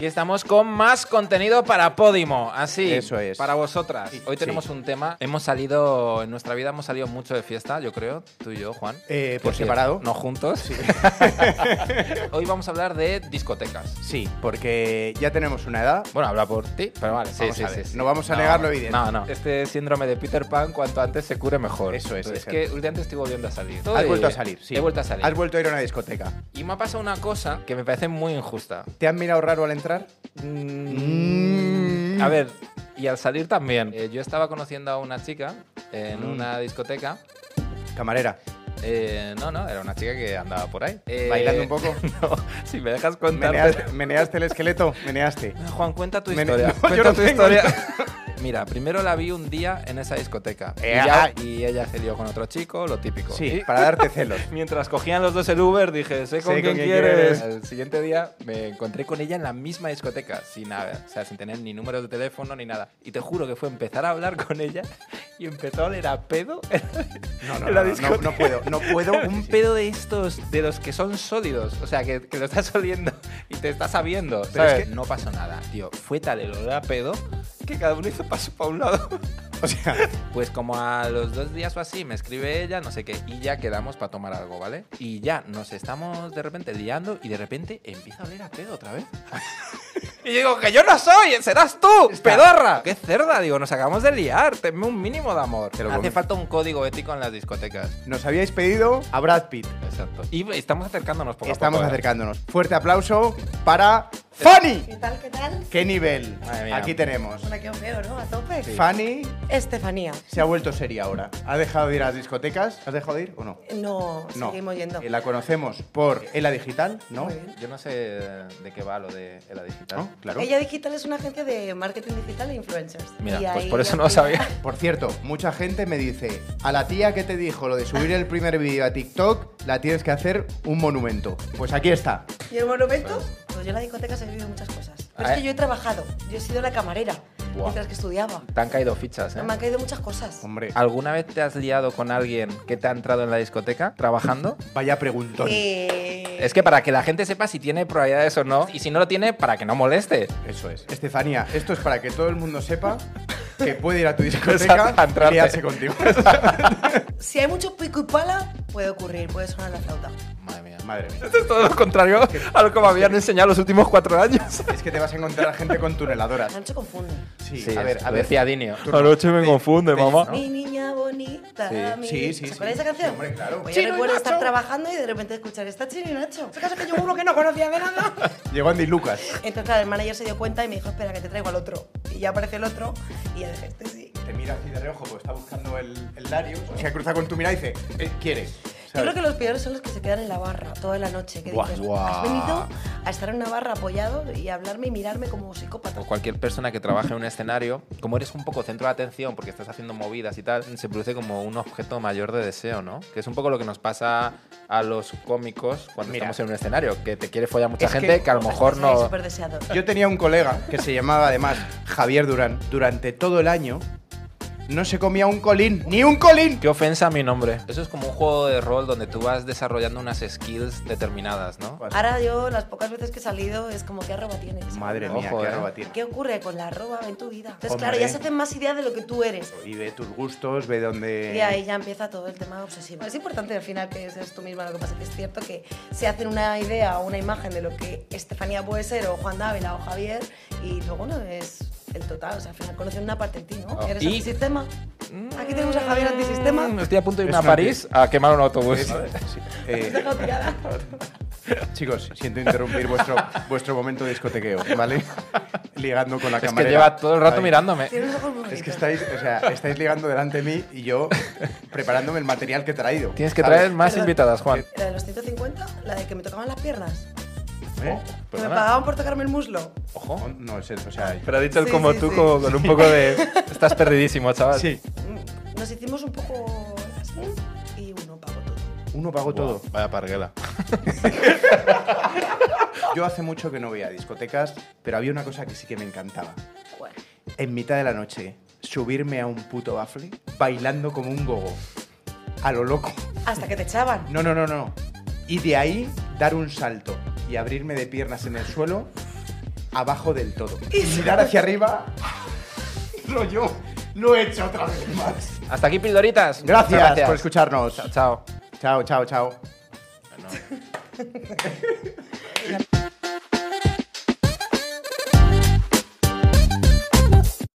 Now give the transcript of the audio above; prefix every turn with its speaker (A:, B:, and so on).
A: estamos con más contenido para Podimo. Así,
B: Eso es.
A: para vosotras. Hoy
B: Sí.
A: tenemos un tema. Hemos salido, en nuestra vida hemos salido mucho de fiesta, yo creo, tú y yo, Juan.
B: Eh, por
A: De fiesta,
B: separado.
A: No juntos. Hoy vamos a hablar de discotecas.
B: Sí, porque ya tenemos una edad.
A: Bueno, habla por ti, pero vale, sí,
B: Vamos
A: sí,
B: a ver,
A: sí, sí.
B: no vamos a negar lo evidente.
A: No, no. Este síndrome de Peter Pan, cuanto antes se cure, mejor.
B: Eso es,
A: Es
B: exacto.
A: que últimamente estoy volviendo a salir.
B: Has vuelto a salir, sí.
A: He vuelto a salir.
B: Has vuelto a ir a una discoteca.
A: y me ha pasado una cosa que me parece muy injusta.
B: ¿Te han mirado raro al entrar? Mm.
A: A ver, y al salir también. Eh, yo estaba conociendo a una chica en
B: Mm.
A: una discoteca.
B: Camarera,
A: Eh, no, no, era una chica que andaba por ahí. Eh,
B: bailando un poco.
A: No, si me dejas contar.
B: Meneas- meneaste el esqueleto, meneaste.
A: Juan, cuenta tu
B: Mene-
A: historia.
B: No,
A: cuenta
B: yo no
A: tu
B: tengo
A: historia. Mira, primero la vi un día en esa discoteca. Y,
B: Eh,
A: ya-
B: ay.
A: y ella se lió con otro chico, lo típico.
B: Sí,
A: Y-
B: para darte celos.
A: Mientras cogían los dos el Uber, dije, sé con,
B: Sé
A: quién,
B: con quién
A: quieres.
B: quieres.
A: El siguiente día me encontré con ella en la misma discoteca, sin nada, o sea, sin tener ni número de teléfono ni nada. Y te juro que fue empezar a hablar con ella y empezó a oler a pedo.
B: No, no,
A: En la
B: no, no,
A: discoteca.
B: no puedo, no puedo.
A: Un
B: Sí, sí.
A: pedo de estos, de los que son sólidos, o sea, que, que lo estás oliendo y te estás sabiendo.
B: Pero es
A: ¿sabes?
B: que-
A: No pasó nada, tío. Fue tal el olor a pedo que cada uno hizo paso para un lado.
B: O sea,
A: Pues como a los dos días o así me escribe ella, no sé qué, y ya quedamos para tomar algo, ¿vale? Y ya nos estamos de repente liando y de repente empieza a oler a pedo otra vez. y digo, que yo no soy, serás tú,
B: Está.
A: pedorra. Qué cerda, digo, nos acabamos de liar, tenme un mínimo de amor.
B: Te lo
A: Hace
B: comento.
A: falta un código ético en las discotecas.
B: nos habíais pedido a Brad Pitt.
A: Exacto. Y estamos acercándonos poco
B: Estamos
A: a poco. ¿eh?
B: acercándonos. Fuerte aplauso para Fanny.
C: ¿Qué tal, qué tal?
B: ¿Qué nivel?
A: Madre mía.
B: Aquí tenemos.
C: Hola, que os veo, ¿no? A tope.
B: Fanny
C: Estefanía.
B: se ha vuelto seria ahora. ¿Ha dejado de ir a las discotecas? ¿Has dejado de ir o no?
C: No, seguimos yendo.
B: Eh, La conocemos por Ela Digital, ¿no?
C: Muy bien.
A: Yo no sé de qué va lo de la digital.
B: ¿No? Oh, Claro.
C: Ella Digital es una agencia de marketing digital e influencers.
A: Mira,
C: Y
A: pues
C: ahí
A: por eso
C: ya
A: no lo
C: fui-
A: sabía.
B: Por cierto, mucha gente me dice, a la tía que te dijo lo de subir el primer vídeo a TikTok, la tienes que hacer un monumento. Pues aquí está.
C: ¿Y el monumento? Pues yo en la discoteca he vivido muchas cosas. Pero
A: Ah,
C: es que yo he trabajado. Yo he sido la camarera
A: Buah.
C: mientras que estudiaba.
A: Te han caído fichas, ¿eh?
C: Me han caído muchas cosas.
B: Hombre,
A: ¿Alguna vez te has liado con alguien que te ha entrado en la discoteca trabajando?
B: vaya preguntón.
C: Eh,
A: Es que para que la gente sepa si tiene probabilidades o no, y si no lo tiene, para que no moleste.
B: Eso es. Estefanía, esto es para que todo el mundo sepa que puede ir a tu
A: Exacto,
B: discoteca
A: a entrarte.
B: y liarse contigo.
C: Si hay mucho pico y pala, puede ocurrir, puede sonar la flauta.
A: Madre mía.
B: Madre mía.
A: Esto es todo lo contrario a lo que me habían enseñado los últimos cuatro años.
B: Es que te vas a encontrar a gente con tuneladoras.
C: La noche confunde.
B: Sí, a ver, a ver.
A: Decía Dinio.
B: La noche me confunde, mamá. ¿No?
C: Mi niña bonita.
A: Sí.
C: mi-
B: Sí, sí,
C: ¿Se
B: sí.
C: acuerdan de esa canción?
B: Sí, hombre, claro.
C: Pues yo
A: Chino y
C: recuerdo estar
A: Nacho.
C: trabajando y de repente escuchar esta chino y Nacho. ¿Sacas que yo uno que no conocía de nada?
B: Llegó Andy Lucas.
C: Entonces, claro, el manager se dio cuenta y me dijo, espera, que te traigo al otro. Y ya apareció el otro y ya dejé este sí.
B: Te mira así de reojo porque está buscando el, el Darius. O sea, cruza con tu mirada y dice, eh, ¿quieres?
C: Yo creo
B: ¿Sabes?
C: que los peores son los que se quedan en la barra toda la noche. Que
A: Buah,
C: dices,
A: buah.
C: has venido a estar en una barra apoyado y a hablarme y mirarme como psicópata.
A: O cualquier persona que trabaje en un escenario, como eres un poco centro de atención porque estás haciendo movidas y tal, se produce como un objeto mayor de deseo, ¿no? Que es un poco lo que nos pasa a los cómicos cuando
B: Mira.
A: estamos en un escenario, que te quiere follar mucha
B: Es
A: gente que,
B: que-
A: a lo mejor
C: Estás ahí
A: no...
C: súper deseado.
B: Yo tenía un colega que se llamaba además Javier Durán. Durante todo el año no se comía un colín, ni un colín.
A: Qué ofensa a mi nombre. Eso es como un juego de rol donde tú vas desarrollando unas skills determinadas, ¿no?
C: Ahora yo, las pocas veces que he salido, es como, ¿qué arroba tienes?
B: Madre
A: Ojo,
B: mía,
A: eh.
B: qué arroba tiene.
C: ¿Qué ocurre con la arroba en tu vida? Entonces,
B: Hombre.
C: claro, ya se hacen más idea de lo que tú eres.
B: Y ve tus gustos, ve
C: Y ahí
B: dónde... ¿Eh?
C: ya empieza todo el tema obsesivo. Es importante al final que seas tú misma. Lo que pasa es que es cierto que se hacen una idea o una imagen de lo que Estefanía puede ser, o Juan Dávila, o Javier, y luego no es el total. O sea, al final conocen una parte de ti, ¿no?
A: Ah,
C: Eres
A: y-
C: antisistema. Aquí tenemos a Javier antisistema.
A: Mm, Estoy a punto de irme
B: Es
A: a
B: una
A: París a quemar un autobús.
B: Pues, sí.
C: Te has
B: Eh,
C: dejado tirada.
B: chicos, siento interrumpir vuestro, vuestro momento de discotequeo, ¿vale? Ligando con la
A: Es
B: cámara.
A: que lleva todo el rato mirándome.
C: Tienes los ojos muy
B: Es que
C: bonitos.
B: estáis, o sea, estáis ligando delante de mí y yo preparándome el material que he traído.
A: Tienes que
B: ¿sabes?
A: traer más
C: Perdón.
A: invitadas, Juan.
C: La de los 150, la de que me tocaban las piernas.
B: ¿Eh? Oh,
C: Que me
A: Perdona.
C: pagaban por tocarme el muslo.
A: Ojo.
B: No, es el- o sea,
A: Pero ha dicho el
C: Sí,
A: como
C: sí,
A: tú
C: sí.
A: como con un poco de... Estás perdidísimo, chaval.
B: sí.
C: Mm, Nos hicimos un poco así y uno pagó todo.
B: Uno pagó todo.
A: Vaya parguela.
B: Yo hace mucho que no voy a discotecas, pero había una cosa que sí que me encantaba.
C: Bueno.
B: En mitad de la noche, subirme a un puto bafle bailando como un gogo. A lo loco.
C: Hasta que te echaban.
B: No, no, no, no. Y de ahí dar un salto y abrirme de piernas en el suelo abajo del todo. Y mirar hacia arriba, rollo, lo he hecho otra vez más.
A: Hasta aquí, pildoritas. Muchas
B: Gracias, por escucharnos.
A: Chao, chao.
B: Chao, chao, chao.